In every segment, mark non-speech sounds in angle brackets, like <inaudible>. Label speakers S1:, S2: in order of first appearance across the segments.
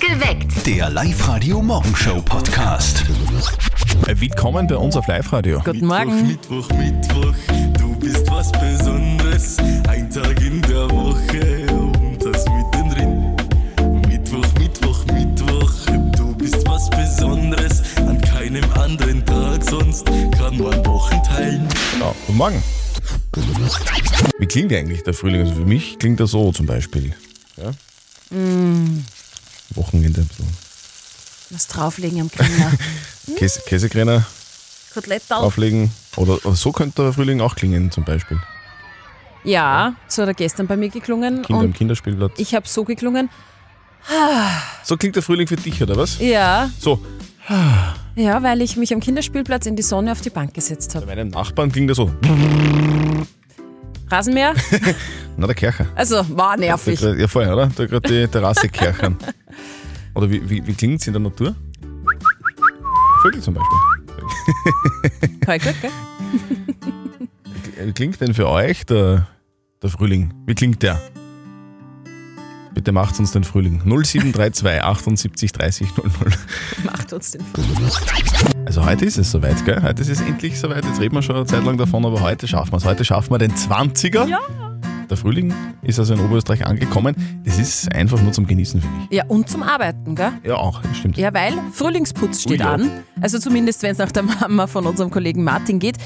S1: Geweckt.
S2: Der Live-Radio-Morgenshow-Podcast.
S3: Äh, Willkommen bei uns auf Live-Radio.
S4: Guten Morgen.
S5: Mittwoch, Mittwoch, du bist was Besonderes. Ein Tag in der Woche und das mittendrin. Mittwoch, Mittwoch, Mittwoch, du bist was Besonderes. An keinem anderen Tag sonst kann man Wochen teilen.
S3: Ja, guten Morgen. Wie klingt eigentlich der Frühling? Also für mich klingt er so zum Beispiel. Ja? Wochenende ein bisschen.
S4: Was drauflegen am <laughs> Kalender.
S3: Käse, Käsekrenner
S4: Kotelettal.
S3: auflegen. Oder oder so könnte der Frühling auch klingen zum Beispiel.
S4: Ja, so hat er gestern bei mir geklungen
S3: Kinder im
S4: und
S3: Kinderspielplatz.
S4: ich habe so geklungen.
S3: So klingt der Frühling für dich, oder was?
S4: Ja,
S3: So,
S4: ja, weil ich mich am Kinderspielplatz in die Sonne auf die Bank gesetzt
S3: bei
S4: habe.
S3: meinem Nachbarn klingt er so.
S4: Rasenmäher?
S3: Na, der Kercher.
S4: Also, war
S3: Der,
S4: nervig.
S3: grad- ja, vorher, oder? Da gerade die Terrasse kerchern. Oder wie, wie, wie klingt es in der Natur? Vögel zum Beispiel.
S4: Hab ich gesagt, gell?
S3: Wie klingt denn für euch der, der Frühling? Wie klingt der? Bitte macht uns den Frühling. 0732 78 30 00.
S4: Macht uns den
S3: Also heute ist es soweit, gell? Heute ist es endlich soweit. Jetzt reden wir schon eine Zeit lang davon, aber heute schaffen wir es. Heute schaffen wir den 20er.
S4: Ja.
S3: Der Frühling ist also in Oberösterreich angekommen. Das ist einfach nur zum Genießen, finde ich.
S4: Ja, und zum Arbeiten, gell?
S3: Ja, auch, stimmt.
S4: Ja, weil Frühlingsputz steht
S3: Ui, Oh ja.
S4: an. Also zumindest, wenn es nach der Mama von unserem Kollegen Martin geht.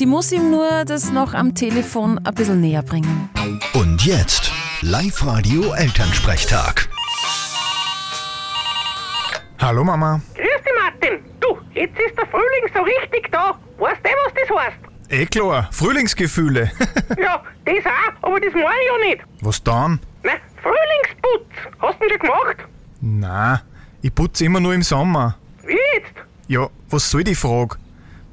S4: Die muss ihm nur das noch am Telefon ein bisschen
S3: <laughs>
S4: näher bringen.
S2: Und jetzt Live-Radio-Elternsprechtag.
S6: Hallo Mama.
S7: Grüß dich, Martin. Du, jetzt ist der Frühling so richtig da. Weißt du, was das
S3: <laughs>
S7: heißt?
S6: Eh klar, Frühlingsgefühle. <laughs>
S7: Ja, das auch, aber das meine ich ja nicht.
S6: Was dann?
S7: Na, Frühlingsputz. Hast du ihn schon gemacht?
S6: Na, ich putze immer nur im Sommer.
S7: Wie jetzt?
S6: Ja, was soll die Frage?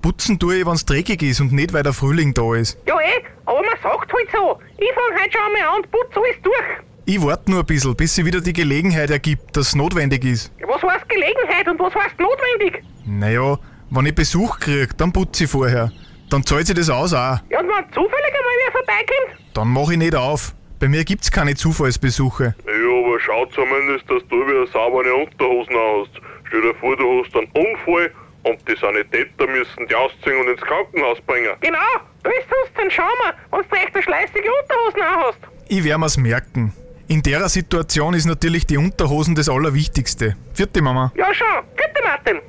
S6: Putzen tue ich, wenn's dreckig ist und nicht, weil der Frühling da ist.
S7: Ja, eh, aber man sagt halt so. Ich fange heute schon einmal an und putze alles durch.
S6: Ich warte nur ein bisschen, bis sie wieder die Gelegenheit ergibt, dass notwendig ist.
S7: Ja, Was heißt Gelegenheit und was heißt notwendig?
S6: Naja, wenn ich Besuch krieg, dann putze ich vorher. Dann zahlt sich das aus auch.
S7: Ja, und wenn zufällig einmal wer vorbeikommt?
S6: Dann mach ich nicht auf. Bei mir gibt's keine Zufallsbesuche.
S8: Ja, aber schau zumindest, dass du wieder saubere Unterhosen hast. Stell dir vor, du hast einen Unfall und die Sanitäter müssen die ausziehen und ins Krankenhaus bringen.
S7: Genau, du bist sonst ein Schaumer, wenn du echt eine schleißige Unterhosen auch hast.
S6: Ich werd mir's merken. In derer Situation ist natürlich die Unterhosen das Allerwichtigste. Vierte Mama.
S7: Ja, schon. Gute, Martin.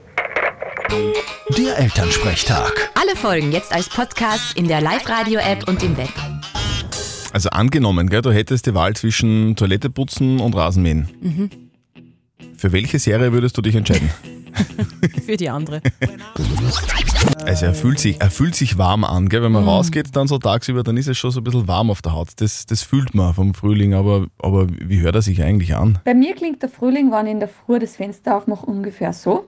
S2: Der Elternsprechtag.
S9: Alle Folgen jetzt als Podcast in der Live-Radio-App und im Web.
S3: Also angenommen, gell, du hättest die Wahl zwischen Toilette putzen und Rasenmähen.
S4: Mhm.
S3: Für welche Serie würdest du dich entscheiden?
S4: Für die andere.
S3: Also er fühlt sich, er fühlt sich warm an, gell? wenn
S4: Mhm.
S3: man rausgeht dann so tagsüber, dann ist es schon so ein bisschen warm auf der Haut. Das, das fühlt man vom Frühling, aber, aber wie hört er sich eigentlich an?
S10: Bei mir klingt der Frühling, wenn ich in der Früh das Fenster aufmache,
S5: <laughs>
S10: ungefähr so.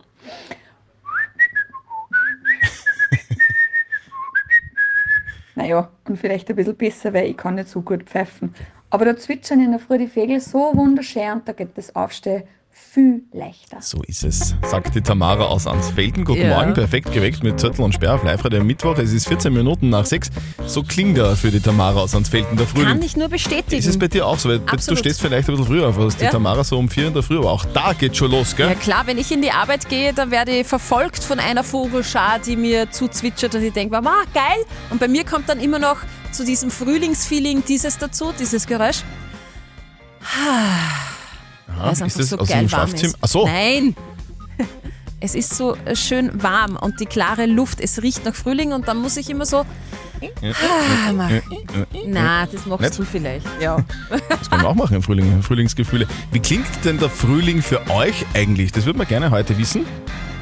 S10: naja, und vielleicht ein bisschen besser, weil ich kann nicht so gut pfeifen. Aber da zwitschern in der Früh die Vögel so wunderschön und da geht das Aufstehen viel leichter.
S3: So ist es, sagt die Tamara aus Ansfelden. Guten
S4: Ja.
S3: Morgen, perfekt geweckt mit Zettel und Sperr auf live am Mittwoch. Es ist 14 Minuten nach 6. So klingt er für die Tamara aus Ansfelden, der Frühling.
S4: Kann ich nur bestätigen.
S3: Ist es bei dir auch so? Weil Du
S4: Absolut.
S3: stehst vielleicht ein bisschen früher auf, was die
S4: Ja.
S3: Tamara so um vier in der Früh, aber auch da geht schon los, gell?
S4: Ja klar, wenn ich in die Arbeit gehe, dann werde ich verfolgt von einer Vogelschar, die mir zuzwitschert und ich denke, wow, geil. Und bei mir kommt dann immer noch zu diesem Frühlingsfeeling dieses dazu, dieses Geräusch. Weil es
S3: Aha,
S4: einfach
S3: Ah, ist das
S4: so
S3: aus
S4: geil
S3: dem
S4: warm
S3: Schlafzimmer?
S4: ist.
S3: Ach so.
S4: Nein. <laughs> Es ist so äh, schön warm und die klare Luft, es riecht nach Frühling und dann muss ich immer so, ah, mach- na, das machst
S3: Nicht?
S4: du vielleicht. Ja.
S3: Das können wir auch machen im Frühling, Frühlingsgefühle. Wie klingt denn der Frühling für euch eigentlich? Das würden wir gerne heute wissen.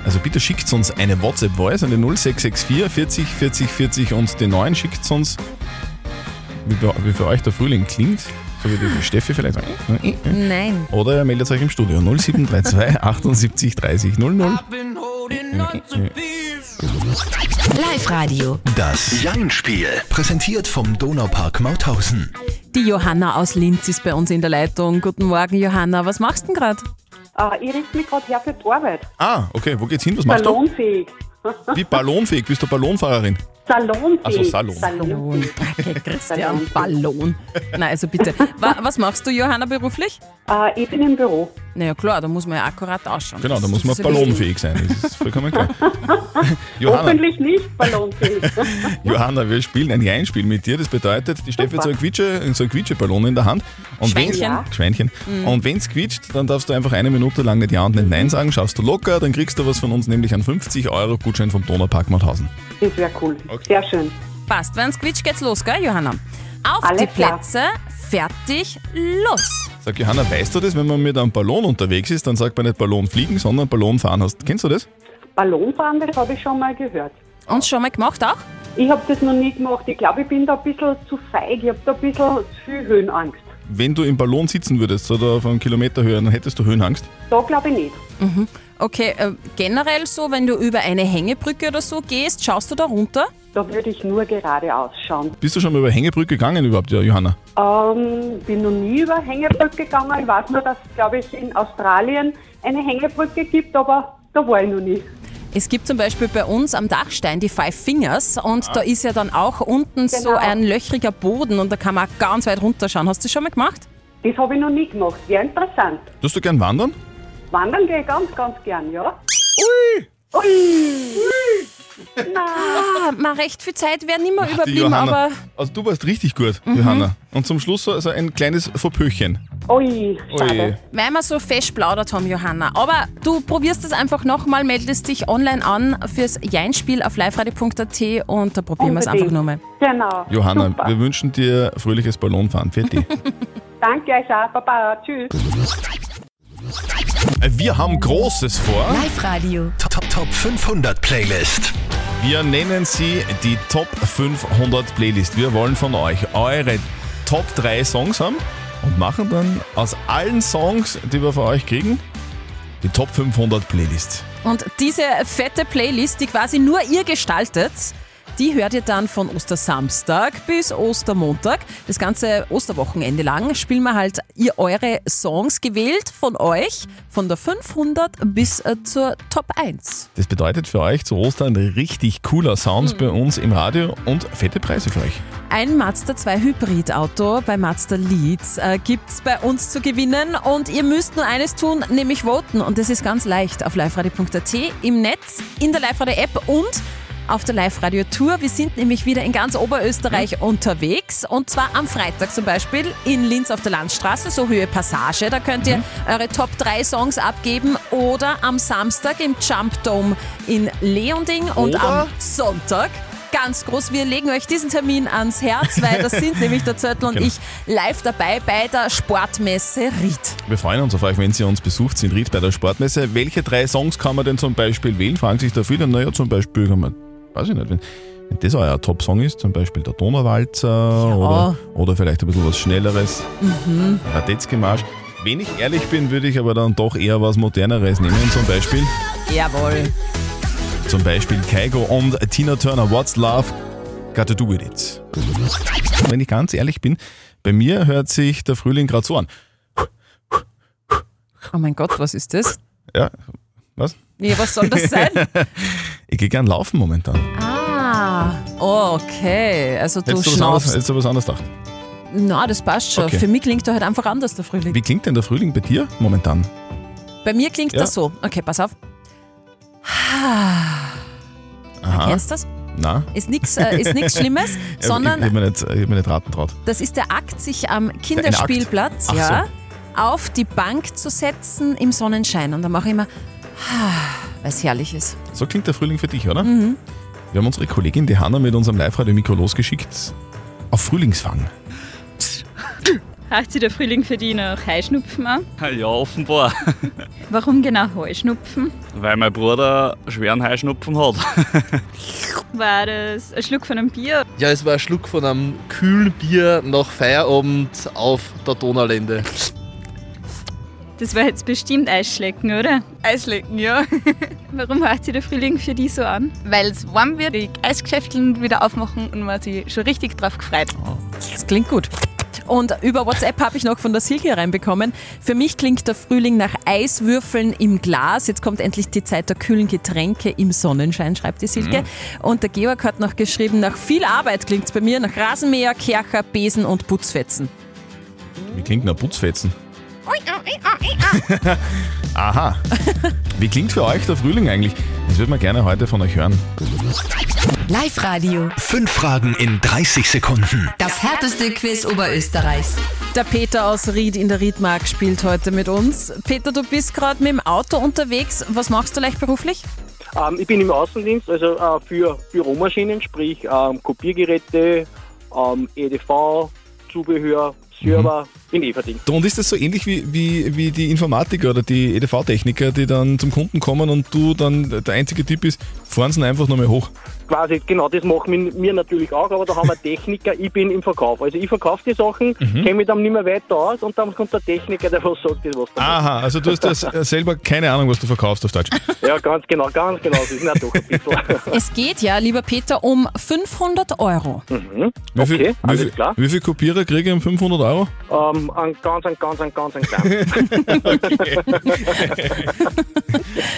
S3: Also bitte schickt uns eine WhatsApp-Voice an die 0664 40 40 40 und die 9. Schickt uns, wie, bei- wie für euch der Frühling klingt. So wie die Steffi vielleicht sagt.
S4: <laughs> Nein.
S3: Oder ihr meldet euch im Studio 0732 78 30 00.
S9: Live-Radio.
S2: Das Jein-Spiel. Präsentiert vom Donaupark Mauthausen.
S4: Die Johanna aus Linz ist bei uns in der Leitung. Guten Morgen, Johanna. Was machst du denn gerade?
S7: Ah, ich richte mich gerade her für die Arbeit.
S3: Ah, okay, wo geht's hin? Was machst du?
S7: Salonfähig.
S3: Wie ballonfähig? Bist du Ballonfahrerin?
S7: Salonfähig.
S3: Also Salon.
S4: Ballon. <laughs> Danke, Christian.
S7: Ballon.
S4: Ballon. Nein, also bitte. Wa was machst du, Johanna, beruflich?
S7: Äh, ich bin im Büro.
S4: Naja, klar, da muss man ja akkurat ausschauen.
S3: Genau, da
S4: Das-
S3: muss man
S4: das ist ja wichtig.
S3: ballonfähig sein. Das ist vollkommen
S4: <laughs>
S3: klar. Johanna,
S1: Hoffentlich nicht ballonfähig.
S3: <laughs> Johanna, wir spielen ein Jeinspiel mit dir. Das bedeutet, die Steffi hat so eine Quietsche, so einen Quietscheballon in der Hand. Und wenn's-
S4: Schweinchen.
S3: Schweinchen. Und wenn es quietscht, dann darfst du einfach eine Minute lang nicht Ja und nicht Nein sagen. Schaffst du locker, dann kriegst du was von uns, nämlich einen 50-Euro-Gutschein vom Donaupark Mauthausen.
S1: Das wäre cool. Sehr schön.
S4: Passt, wenn's quietscht, geht's los, gell, Johanna? Auf
S1: Alles
S4: die
S1: klar.
S4: Plätze, fertig, los!
S3: Sag Johanna, weißt du das, wenn man mit einem Ballon unterwegs ist, dann sagt man nicht Ballon fliegen, sondern Ballon fahren hast. Kennst du das?
S1: Ballonfahren, das habe ich schon mal gehört.
S4: Und schon mal gemacht auch?
S1: Ich habe das noch nie gemacht. Ich glaube, ich bin da ein bisschen zu feig. Ich habe da ein bisschen zu viel Höhenangst.
S3: Wenn du im Ballon sitzen würdest oder auf einem Kilometer höher, dann hättest du Höhenangst.
S1: Da glaube ich nicht.
S4: Okay, äh, generell so, wenn du über eine Hängebrücke oder so gehst, schaust du da runter?
S1: Da würde ich nur geradeaus schauen.
S3: Bist du schon mal über Hängebrücke gegangen überhaupt, ja, Johanna?
S1: Ähm, bin noch nie über Hängebrücke gegangen. Ich weiß nur, dass es, glaube ich, in Australien eine Hängebrücke gibt, aber da war ich noch nie.
S4: Es gibt zum Beispiel bei uns am Dachstein die Five Fingers
S3: Ah.
S4: und da ist ja dann auch unten so
S1: Genau.
S4: ein löchriger Boden und da kann man auch ganz weit runterschauen. Hast du das schon mal gemacht?
S1: Das habe ich noch nie gemacht. Wäre interessant.
S3: Tust du gern wandern?
S1: Wandern gehe ich ganz, ganz gern, ja? Ui! Ui! Nein!
S4: Ah, mal recht viel Zeit wäre nimmer überblieben,
S3: Johanna.
S4: aber
S3: Also du warst richtig gut,
S1: Mhm.
S3: Johanna. Und zum Schluss so also ein kleines Verpöchen.
S1: Ui, schade.
S4: weil wir so fest plaudert haben, Johanna. Aber du probierst es einfach nochmal, meldest dich online an fürs Jeinspiel auf liveradio.at und da probieren wir es einfach
S1: Unbedingt.
S4: nochmal.
S1: Genau.
S3: Johanna,
S1: Super.
S3: wir wünschen dir fröhliches Ballonfahren. Fertig.
S1: Danke euch auch. Baba. Tschüss.
S3: <laughs> wir haben Großes vor.
S9: Live-Radio.
S2: Top, Top, Top 500 Playlist.
S3: Wir nennen sie die Top 500 Playlist. Wir wollen von euch eure Top 3 Songs haben und machen dann aus allen Songs, die wir von euch kriegen, die Top 500 Playlist.
S4: Und diese fette Playlist, die quasi nur ihr gestaltet, die hört ihr dann von Ostersamstag bis Ostermontag. Das ganze Osterwochenende lang spielen wir halt ihr eure Songs gewählt von euch, von der 500 bis äh, zur Top 1.
S3: Das bedeutet für euch zu Ostern richtig cooler
S1: Mhm.
S3: Sound bei uns im Radio und fette Preise für euch.
S4: Ein Mazda 2 Hybridauto bei Mazda Leads äh, gibt's bei uns zu gewinnen und ihr müsst nur eines tun, nämlich voten und das ist ganz leicht auf liveradio.at im Netz, in der Live-Radio App und auf der Live-Radio Tour. Wir sind nämlich wieder in ganz Oberösterreich unterwegs und zwar am Freitag zum Beispiel in Linz auf der Landstraße, so Höhe Passage. Da könnt ihr eure Top 3 Songs abgeben oder am Samstag im Jump Dome in Leonding und
S3: Oder?
S4: am Sonntag. Ganz groß. Wir legen euch diesen Termin ans Herz, weil
S3: <laughs>
S4: das sind nämlich der Zörtl und
S3: Genau.
S4: ich live dabei bei der Sportmesse Ried.
S3: Wir freuen uns auf euch, wenn ihr uns besucht sind, Ried bei der Sportmesse. Welche drei Songs kann man denn zum Beispiel wählen? Fragen sich da viele. Naja, zum Beispiel kann man, weiß ich nicht, wenn, wenn das euer Top-Song ist, zum Beispiel der Donauwalzer oder, oder vielleicht ein bisschen was Schnelleres, Radetzky-Marsch. Wenn ich ehrlich bin, würde ich aber dann doch eher was Moderneres nehmen, zum Beispiel,
S4: Jawohl.
S3: zum Beispiel Kaigo und Tina Turner, What's Love, Gotta Do With It. Wenn ich ganz ehrlich bin, bei mir hört sich der Frühling gerade so an.
S4: Oh mein Gott, was ist das?
S3: Ja, was?
S4: Ja, was soll das
S3: <laughs>
S4: sein?
S3: Ich gehe gern laufen momentan.
S4: ah, okay. Also du
S3: Hättest du, was anderes,
S4: schnaufst.
S3: hättest du was anderes gedacht?
S4: Na, das passt schon.
S3: Okay.
S4: Für mich klingt er halt einfach anders, der Frühling.
S3: Wie klingt denn der Frühling bei dir momentan?
S4: Bei mir klingt
S3: Ja.
S4: das so. Okay, pass auf.
S3: Aha.
S4: Kennst du das?
S3: Na,
S4: Ist nichts äh,
S3: <laughs>
S4: ist nix Schlimmes,
S3: ich,
S4: sondern
S3: ich, ich, hab mir nicht, ich hab mir nicht raten traut.
S4: Das ist der Akt, sich am Kinderspielplatz
S3: Akt? Ach
S4: ja, auf die Bank zu setzen im Sonnenschein. Und dann mache ich immer, ah, weil es herrlich ist.
S3: So klingt der Frühling für dich, oder?
S4: Mhm.
S3: Wir haben unsere Kollegin, die Hanna, mit unserem Live-Radio-Mikro losgeschickt. Auf Frühlingsfang.
S11: Hat sich der Frühling für dich nach Heuschnupfen an?
S5: Ja, offenbar,
S11: Warum genau Heuschnupfen?
S5: weil mein Bruder schweren Heuschnupfen hat.
S11: War das ein Schluck von einem Bier?
S7: Ja, es war ein Schluck von einem kühlen Bier nach Feierabend auf der Donaulände.
S11: Das war jetzt bestimmt Eisschlecken, oder?
S1: <laughs>
S11: Eisschlecken, ja. Warum hat sich der Frühling für dich so an?
S1: Weil es warm wird, die Eisgeschäfteln wieder aufmachen und man sich schon richtig drauf gefreut.
S4: Das klingt gut. Und über WhatsApp habe ich noch von der Silke reinbekommen. Für mich klingt der Frühling nach Eiswürfeln im Glas. Jetzt kommt endlich die Zeit der kühlen Getränke im Sonnenschein, schreibt die Silke. Und der Georg hat noch geschrieben, nach viel Arbeit klingt es bei mir nach Rasenmäher, Kercher, Besen und Putzfetzen.
S3: Wie klingt denn ein Putzfetzen?
S4: <laughs>
S3: Aha. Wie klingt für euch der Frühling eigentlich? Das würden wir gerne heute von euch hören.
S9: Live Radio.
S2: Fünf Fragen in 30 Sekunden.
S9: Das härteste Quiz Oberösterreichs.
S4: Der Peter aus Ried in der Riedmark spielt heute mit uns. Peter, du bist gerade mit dem Auto unterwegs. Was machst du leicht beruflich?
S12: Ähm, ich bin im Außendienst, also äh, für Büromaschinen, sprich ähm, Kopiergeräte, ähm, EDV, Zubehör, Server in Everding.
S3: Und ist das so ähnlich wie, wie, wie die Informatiker oder die EDV-Techniker, die dann zum Kunden kommen und du dann der einzige Tipp ist, fahren sie ihn einfach nochmal hoch.
S12: Quasi, genau, das machen wir natürlich auch, aber da haben wir Techniker, ich bin im Verkauf. Also ich verkaufe die Sachen,
S3: Mhm.
S12: kenne mich dann nicht mehr weiter aus und dann kommt der Techniker, der was sagt, das was da.
S3: Aha, also du hast das äh, selber keine Ahnung, was du verkaufst auf Deutsch.
S12: Ja, ganz genau, ganz genau, das ist ja doch ein bisschen. <laughs>
S4: Es geht ja, lieber Peter, um 500 Euro.
S3: Hm. Wie viel,
S12: Okay, alles
S3: wie viel,
S12: klar.
S3: Wie viel Kopierer kriege ich um 500 Euro?
S12: Ähm, ein ganz, ein ganz, ein ganz, ein klein.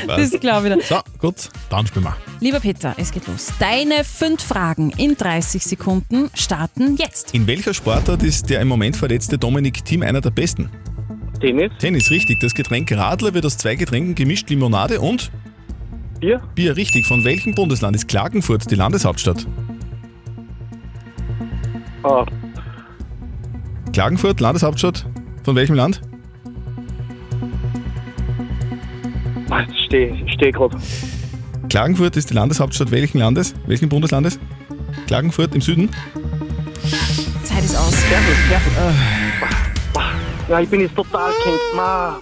S4: Das glaube ich.
S3: So, gut, dann spielen wir.
S4: Lieber Peter, es geht los. Deine fünf Fragen in 30 Sekunden starten jetzt.
S3: In welcher Sportart ist der im Moment verletzte Dominik Thiem einer der besten?
S12: Tennis.
S3: Tennis, richtig. Das Getränk Radler wird aus zwei Getränken gemischt, Limonade und?
S12: Bier.
S3: Bier, richtig. Von welchem Bundesland ist Klagenfurt die Landeshauptstadt?
S12: Ah,
S3: Klagenfurt, Landeshauptstadt von welchem Land?
S12: Ah, ich stehe steh gerade.
S3: Klagenfurt ist die Landeshauptstadt welchen Landes? Welchen Bundeslandes? Klagenfurt im Süden?
S4: Zeit ist aus.
S3: Ah.
S12: Ja, ich bin jetzt total kennt. Ma.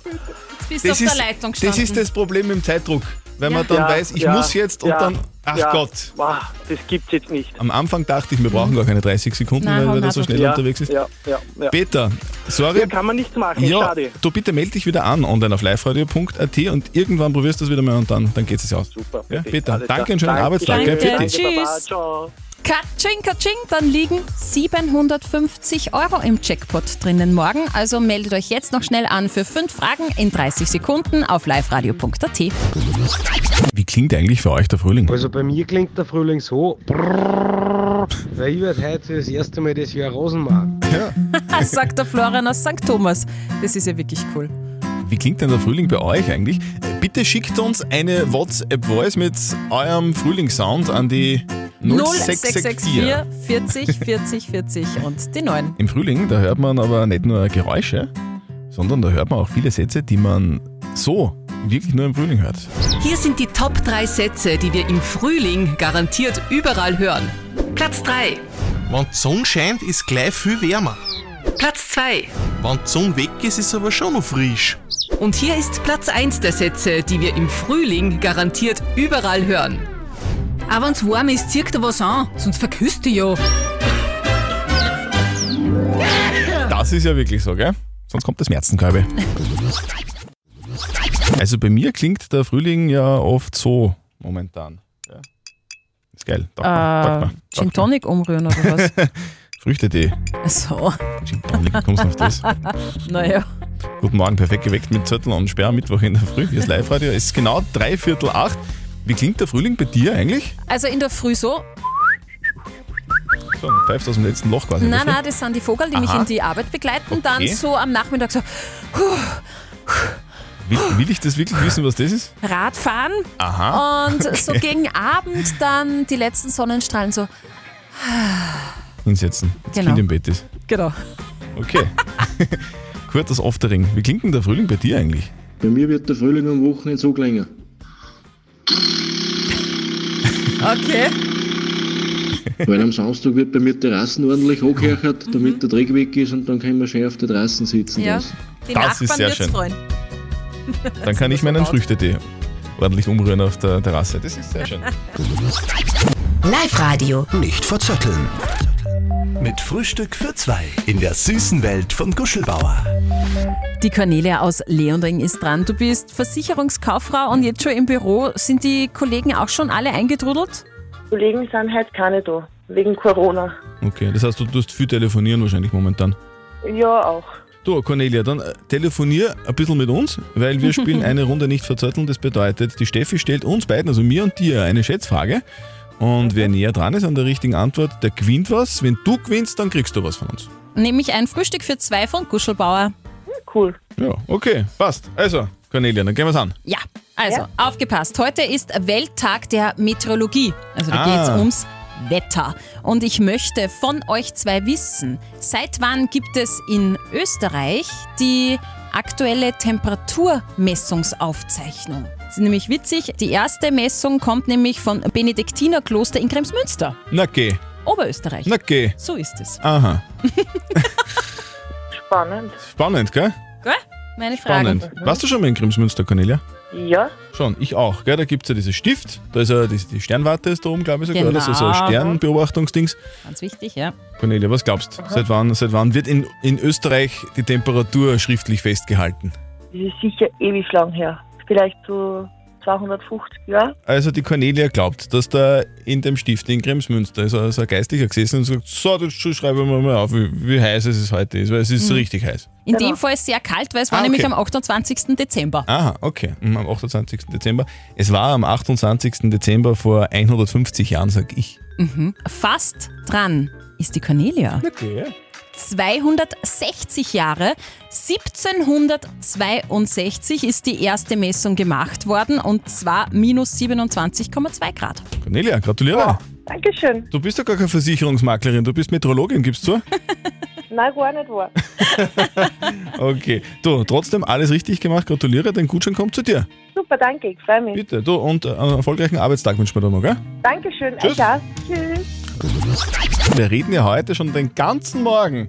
S4: Jetzt bist du auf der Leitung
S3: das
S4: gestanden.
S3: ist das Problem mit dem Zeitdruck. Wenn
S4: Ja.
S3: man dann
S4: Ja,
S3: weiß, ich
S12: ja,
S3: muss jetzt und
S12: ja,
S3: dann, ach
S12: ja.
S3: Gott.
S12: Ma, das gibt's jetzt nicht.
S3: Am Anfang dachte ich, wir brauchen gar keine 30 Sekunden,
S12: Nein,
S3: weil
S12: hau
S3: wir da so
S12: nicht
S3: schnell
S12: auf. Ja,
S3: unterwegs ist.
S12: ja, ja, ja.
S3: Peter, sorry.
S12: Ja, kann man nichts machen,
S3: Ja,
S12: schade.
S3: du bitte melde dich wieder an online auf liveradio.at und irgendwann probierst du es wieder mal und dann, dann geht es ja aus. Super. Ja, Peter,
S12: Alles klar.
S3: danke, einen schönen
S12: Danke,
S3: Arbeitstag. gell?
S12: danke,
S3: Für dich.
S12: danke, Baba,
S4: Tschüss. Katsching, katsching, dann liegen 750 Euro im Jackpot drinnen morgen. Also meldet euch jetzt noch schnell an für fünf Fragen in 30 Sekunden auf liveradio.at.
S3: Wie klingt eigentlich für euch der Frühling?
S13: Also bei mir klingt der Frühling so, brrrr, weil ich werd heute für das erste Mal das Jahr Rosenmark.
S4: <laughs> Sagt der Florian aus St. Thomas. Das ist ja wirklich cool.
S3: Wie klingt denn der Frühling bei euch eigentlich? Bitte schickt uns eine WhatsApp-Voice mit eurem Frühlingssound an die 0664.
S4: 40 40 40 und die 9.
S3: Im Frühling, da hört man aber nicht nur Geräusche, sondern da hört man auch viele Sätze, die man so wirklich nur im Frühling hört.
S14: Hier sind die Top 3 Sätze, die wir im Frühling garantiert überall hören. Platz 3,
S15: Wenn die Sonne scheint, ist gleich viel wärmer.
S14: Platz 2
S15: Wenn die Sonne weg ist, ist aber schon noch frisch.
S14: und hier ist Platz 1 der Sätze, die wir im Frühling garantiert überall hören. Aber wenn's warm ist, zirkt dir was an, sonst verküsst du
S4: Äh,
S14: ja.
S3: Das ist ja wirklich so, gell? Sonst kommt das Märzenkörbe. Also bei mir klingt der Frühling ja oft so momentan. Ja. Ist geil. Taugt mir, taugt
S4: Äh,
S3: mir.
S4: Gin Tonic umrühren oder was?
S3: Früchtetee.
S4: Ach So.
S3: Gin Tonic, kommst du auf das?
S4: Naja.
S3: Guten Morgen, perfekt geweckt mit Zettel und Sperr, Mittwoch in der Früh. Hier ist Live-Radio. Es ist genau drei Viertel acht. Wie klingt der Frühling bei dir eigentlich?
S4: Also in der Früh so.
S3: So, du pfeifst aus dem letzten Loch quasi.
S4: Nein,
S3: dafür.
S4: nein, das sind die Vogel, die mich
S3: Aha.
S4: in die Arbeit begleiten. Dann
S3: Okay.
S4: so am Nachmittag so. Puh,
S3: Will, will ich das wirklich wissen, was das ist?
S4: Radfahren.
S3: Aha.
S4: Und so
S3: Okay.
S4: gegen Abend dann die letzten Sonnenstrahlen so.
S3: Hinsetzen. Das
S4: Genau.
S3: Kind im Bett ist.
S4: Genau.
S3: Okay. <laughs> Kurt aus Oftering. Wie klingt denn der Frühling bei dir eigentlich?
S16: Bei mir wird der Frühling am Wochenende so länger.
S4: Okay.
S16: Weil am Samstag wird bei mir die Terrassen ordentlich angehöchert, damit der Dreck weg ist und dann können wir schön auf der Terrassen sitzen.
S4: Ja.
S16: draußen.
S4: Die
S3: Das
S4: Nachbarn
S3: ist sehr
S4: wird's
S3: schön.
S4: freuen.
S3: Dann kann ich meinen Früchtetee ordentlich umrühren auf der Terrasse. Das ist sehr schön.
S9: Live Radio.
S2: Nicht verzetteln. Mit Frühstück für zwei in der süßen Welt von Guschelbauer.
S4: Die Cornelia aus Leonding ist dran. Du bist Versicherungskauffrau
S3: Mhm.
S4: und jetzt schon im Büro. Sind die Kollegen auch schon alle eingetrudelt?
S17: Kollegen sind halt keine da, wegen Corona.
S3: Okay, das heißt, du tust viel telefonieren wahrscheinlich momentan.
S17: Ja, auch.
S3: Du, Cornelia, dann äh, telefonier ein bisschen mit uns, weil wir spielen eine Runde nicht verzötteln. Das bedeutet, die Steffi stellt uns beiden, also mir und dir, eine Schätzfrage. Und wer näher dran ist an der richtigen Antwort, der gewinnt was. Wenn du gewinnst, dann kriegst du was von uns.
S4: Nämlich ein Frühstück für zwei von Guschelbauer.
S17: cool.
S3: Ja, okay, passt. Also, Cornelia, dann gehen wir's an.
S4: Ja, also aufgepasst. Heute ist Welttag der Meteorologie. Also da
S3: Ah.
S4: geht's ums Wetter. Und ich möchte von euch zwei wissen, seit wann gibt es in Österreich die aktuelle Temperaturmessungsaufzeichnung? Das ist nämlich witzig. Die erste Messung kommt nämlich von Benediktinerkloster in Kremsmünster,
S3: Na geh.
S4: Oberösterreich.
S3: Na geh.
S4: So ist es.
S3: Aha.
S17: Spannend.
S3: Spannend, gell?
S4: Gell? Meine Frage.
S3: Spannend. Warst du schon mal in Grimmsmünster, Cornelia?
S17: Ja.
S3: Schon, ich auch. Gell? Da gibt es ja dieses Stift, da ist ja die, die Sternwarte ist da oben, glaube ich sogar, oder? So, so ein
S4: Genau.
S3: Sternbeobachtungsdings.
S4: Ganz wichtig, ja.
S3: Cornelia, was glaubst du? Seit wann, seit wann wird in, in Österreich die Temperatur schriftlich festgehalten?
S17: Das ist sicher ewig lang her. Vielleicht so 250 Jahre.
S3: Also die Cornelia glaubt, dass da in dem Stift in Grimmsmünster ist also ein Geistlicher gesessen und sagt, so, das schreiben wir mal auf, wie, wie heiß es heute ist, weil es ist
S4: Mhm.
S3: richtig heiß.
S4: In dem Fall sehr kalt, weil es war
S3: Ah,
S4: nämlich
S3: okay.
S4: am 28. Dezember.
S3: Aha, okay. Mhm, Am 28. Dezember. Es war am 28. Dezember vor 150 Jahren, sag ich.
S4: Mhm. Fast dran ist die Cornelia.
S3: Okay.
S4: 260 Jahre. 1762 ist die erste Messung gemacht worden und zwar minus 27,2 Grad.
S3: Cornelia, gratuliere.
S17: Dankeschön.
S3: Du bist doch gar keine Versicherungsmaklerin, du bist Meteorologin, gibst du?
S17: Nein, gar nicht wahr.
S3: Okay. Du, trotzdem alles richtig gemacht, gratuliere, dein Gutschein kommt zu dir.
S17: Super, danke, ich freue mich.
S3: Bitte, du, und äh, einen erfolgreichen Arbeitstag wünschen wir dir noch, gell?
S17: Dankeschön.
S3: Tschüss.
S17: Ja, tschüss.
S3: Wir reden ja heute schon den ganzen Morgen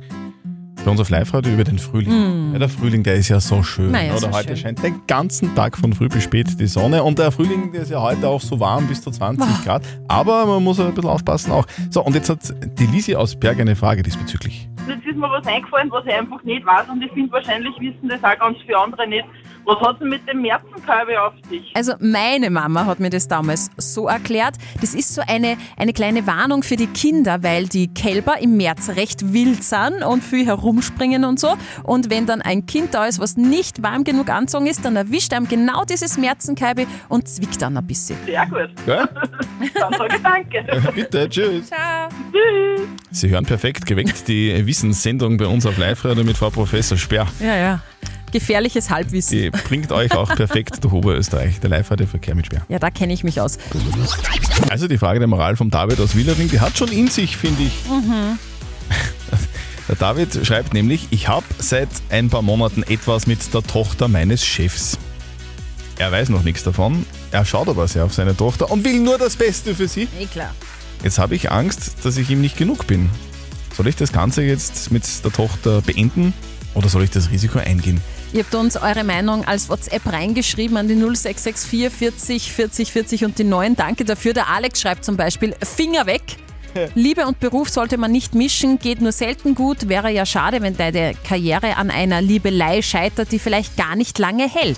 S3: bei uns auf Live-Radio über den Frühling. Ja, der Frühling, der ist ja so schön.
S15: Hm. Na ja,
S3: oder
S15: so
S3: heute
S15: schön.
S3: scheint den ganzen Tag von früh bis spät die Sonne. Und der Frühling, der ist ja heute auch so warm, bis zu 20 Grad. Aber man muss ein bisschen aufpassen auch. So, und jetzt hat die Lisi aus Berg eine Frage diesbezüglich.
S18: Jetzt ist mir was eingefallen, was ich einfach nicht weiß und ich finde, wahrscheinlich wissen das auch ganz viele andere nicht. Was hat denn mit dem Märzenkörbe auf sich?
S4: Also meine Mama hat mir das damals so erklärt. Das ist so eine, eine kleine Warnung für die Kinder, weil die Kälber im März recht wild sind und viel herumspringen und so. Und wenn dann ein Kind da ist, was nicht warm genug anzogen ist, dann erwischt einem genau dieses Märzenkeibe und zwickt dann ein bisschen.
S18: Sehr gut.
S3: Gell?
S18: Dann sage ich danke.
S3: Bitte, tschüss.
S4: Ciao.
S18: Tschüss.
S3: Sie hören perfekt geweckt die Wissenssendung bei uns auf Live-Radio mit Frau Professor Sperr.
S4: Ja, ja. Gefährliches Halbwissen.
S3: Die bringt euch auch perfekt durch Oberösterreich, der Live-Radio-Verkehr mit Sperr.
S4: Ja, da kenne ich mich aus.
S3: Also die Frage der Moral vom David aus Willering, die hat schon in sich, finde ich.
S4: Mhm.
S3: <laughs> Der David schreibt nämlich, ich habe seit ein paar Monaten etwas mit der Tochter meines Chefs. Er weiß noch nichts davon, er schaut aber sehr auf seine Tochter und will nur das Beste für sie.
S4: Eh klar.
S3: Jetzt habe ich Angst, dass ich ihm nicht genug bin. Soll ich das Ganze jetzt mit der Tochter beenden oder soll ich das Risiko eingehen?
S4: Ihr habt uns eure Meinung als WhatsApp reingeschrieben an die 0664 40 40 40 und die 9. Danke dafür. Der Alex schreibt zum Beispiel Finger <laughs> weg. Liebe und Beruf sollte man nicht mischen, geht nur selten gut. Wäre ja schade, wenn deine Karriere an einer Liebelei scheitert, die vielleicht gar nicht lange hält.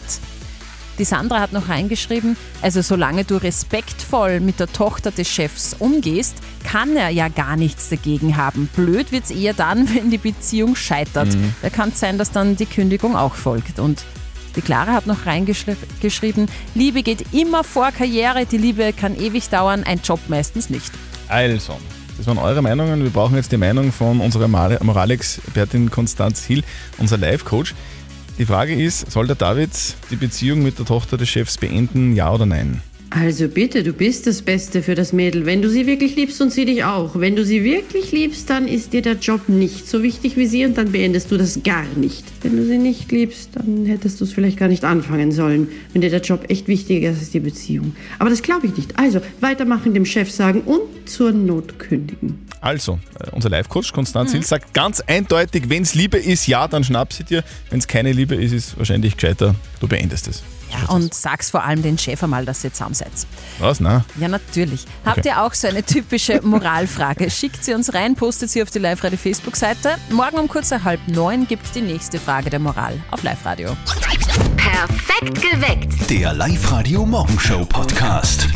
S4: Die Sandra hat noch reingeschrieben, also solange du respektvoll mit der Tochter des Chefs umgehst, kann er ja gar nichts dagegen haben. Blöd wird's eher dann, <laughs> wenn die Beziehung scheitert.
S14: Mhm.
S4: Da kann es sein, dass dann die Kündigung auch folgt. Und die Clara hat noch reingeschrieben, Liebe geht immer vor Karriere, die Liebe kann ewig dauern, ein Job meistens nicht.
S3: Also, das waren eure Meinungen. Wir brauchen jetzt die Meinung von unserer Male- Moralexpertin Konstanz Hill, unser Live-Coach. Die Frage ist, soll der David die Beziehung mit der Tochter des Chefs beenden, ja oder nein?
S19: Also bitte, du bist das Beste für das Mädel. Wenn du sie wirklich liebst und sie dich auch. Wenn du sie wirklich liebst, dann ist dir der Job nicht so wichtig wie sie und dann beendest du das gar nicht. Wenn du sie nicht liebst, dann hättest du es vielleicht gar nicht anfangen sollen. Wenn dir der Job echt wichtiger ist, ist die Beziehung. Aber das glaube ich nicht. Also weitermachen, dem Chef sagen und zur Not kündigen.
S3: Also, äh, unser Live-Coach Konstanz Hill sagt ganz eindeutig, wenn es Liebe ist, ja, dann schnapp sie dir. Wenn es keine Liebe ist, ist wahrscheinlich gescheiter, du beendest es.
S4: Ja, und sag's vor allem den Chef einmal, dass ihr zusammen seid.
S3: Was, na?
S4: Ja, natürlich. Habt ihr auch so eine typische Moralfrage? Schickt sie uns rein, postet sie auf die Live-Radio Facebook-Seite. Morgen um kurz nach halb neun gibt's die nächste Frage der Moral auf Live-Radio.
S9: Perfekt geweckt.
S2: Der Live-Radio Morgenshow Podcast.